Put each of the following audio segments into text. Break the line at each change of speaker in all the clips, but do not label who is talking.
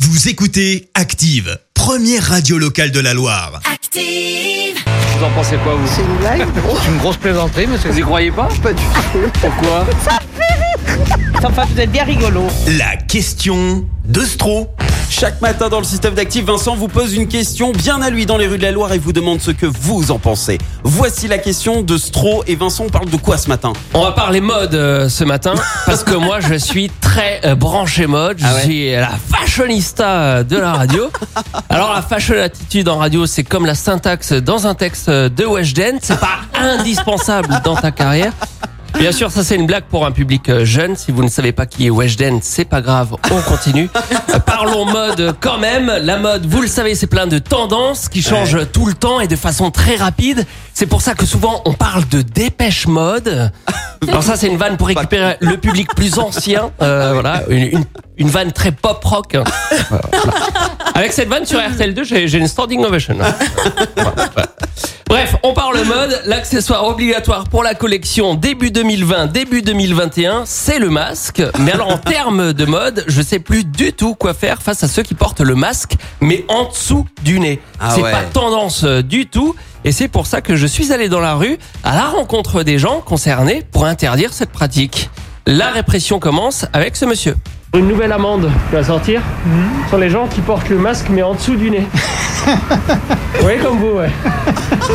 Vous écoutez Active, première radio locale de la Loire.
Active.
Vous en pensez quoi, vous
C'est une blague
C'est une grosse plaisanterie, monsieur Vous y croyez pas
Pas du tout.
Pourquoi
Enfin, vous êtes bien rigolo.
La question de Stro.
Chaque matin dans le système d'actifs, Vincent vous pose une question bien à lui dans les rues de la Loire et vous demande ce que vous en pensez. Voici la question de Stro et Vincent, on parle de quoi ce matin
On va parler mode euh, ce matin parce que moi je suis très euh, branché mode. Je
Ah ouais
suis la fashionista euh, de la radio. Alors la fashion attitude en radio, c'est comme la syntaxe dans un texte euh, de Weshden. C'est pas indispensable dans ta carrière. Bien sûr, ça c'est une blague pour un public euh, jeune. Si vous ne savez pas qui est Weshden, c'est pas grave, on continue. Euh, Parlons mode quand même. La mode, vous le savez, c'est plein de tendances qui changent tout le temps et de façon très rapide. C'est pour ça que souvent on parle de dépêche mode. Alors ça, c'est une vanne pour récupérer le public plus ancien. Euh, voilà, une, une, une vanne très pop rock. Euh, voilà. Avec cette vanne sur RTL2, j'ai j'ai une standing ovation. Bref, on parle mode. L'accessoire obligatoire pour la collection début 2020, début 2021, c'est le masque. Mais alors en termes de mode, je sais plus du tout quoi faire face à ceux qui portent le masque, mais en dessous du nez.
Ah
c'est
ouais.
pas tendance euh, du tout. Et c'est pour ça que je suis allé dans la rue à la rencontre des gens concernés pour interdire cette pratique. La répression commence avec ce monsieur.
Une nouvelle amende qui va sortir sur les gens qui portent le masque mais en dessous du nez. vous voyez comme vous, ouais.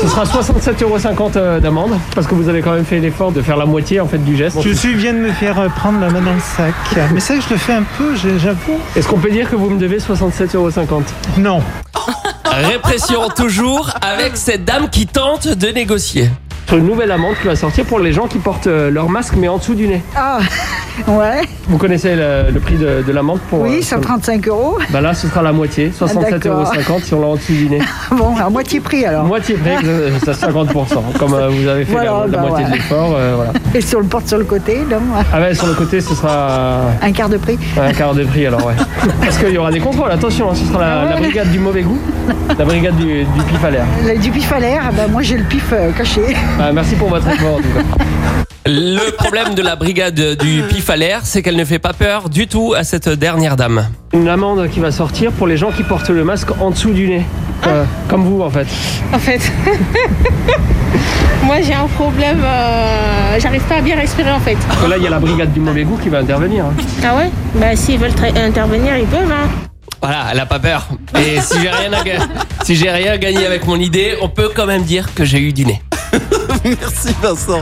Ce sera 67,50€ euh, d'amende parce que vous avez quand même fait l'effort de faire la moitié en fait du geste.
Je suis viens de me faire euh, prendre la main dans le sac. Mais ça, je le fais un peu, j'ai- j'avoue.
Est-ce qu'on peut dire que vous me devez 67,50€
Non.
Répression toujours avec cette dame qui tente de négocier.
Sur une nouvelle amende qui va sortir pour les gens qui portent euh, leur masque mais en dessous du nez.
Ah, ouais.
Vous connaissez le, le prix de, de l'amende pour euh,
Oui, 135 euros.
Bah là, ce sera la moitié,
Ah,
67,50€ si on l'a en dessous du nez.
Bon, à moitié prix alors.
Moitié près, euh, c'est à 50%. Comme euh, vous avez fait la- la,
Voilà, bah
moitié
ouais.
de l'effort, euh, voilà.
Et si on le porte sur le côté, non
Ah ouais, sur le côté, ce sera
Un quart de prix.
un quart de prix alors, ouais. Parce qu'il y aura des contrôles, attention, hein, ce sera
Ah
la, la brigade du mauvais goût, la brigade du, du pif à l'air.
Le- Du pif à l'air, ben, moi j'ai le pif euh, caché.
Ah, merci pour votre effort en tout cas.
Le problème de la brigade du pif à l'air, c'est qu'elle ne fait pas peur du tout à cette dernière dame.
Une amende qui va sortir pour les gens qui portent le masque en dessous du nez. Euh, comme vous en fait.
en fait. Moi j'ai un problème, euh, j'arrive pas à bien respirer en fait.
Parce que là, il y a la brigade du mauvais goût qui va intervenir. hein.
Ah ouais Bah s'ils veulent tra- intervenir, ils peuvent. Hein.
Voilà, elle a pas peur. Et si j'ai rien, à ga- si j'ai rien gagné avec mon idée, on peut quand même dire que j'ai eu du nez.
Merci Vincent.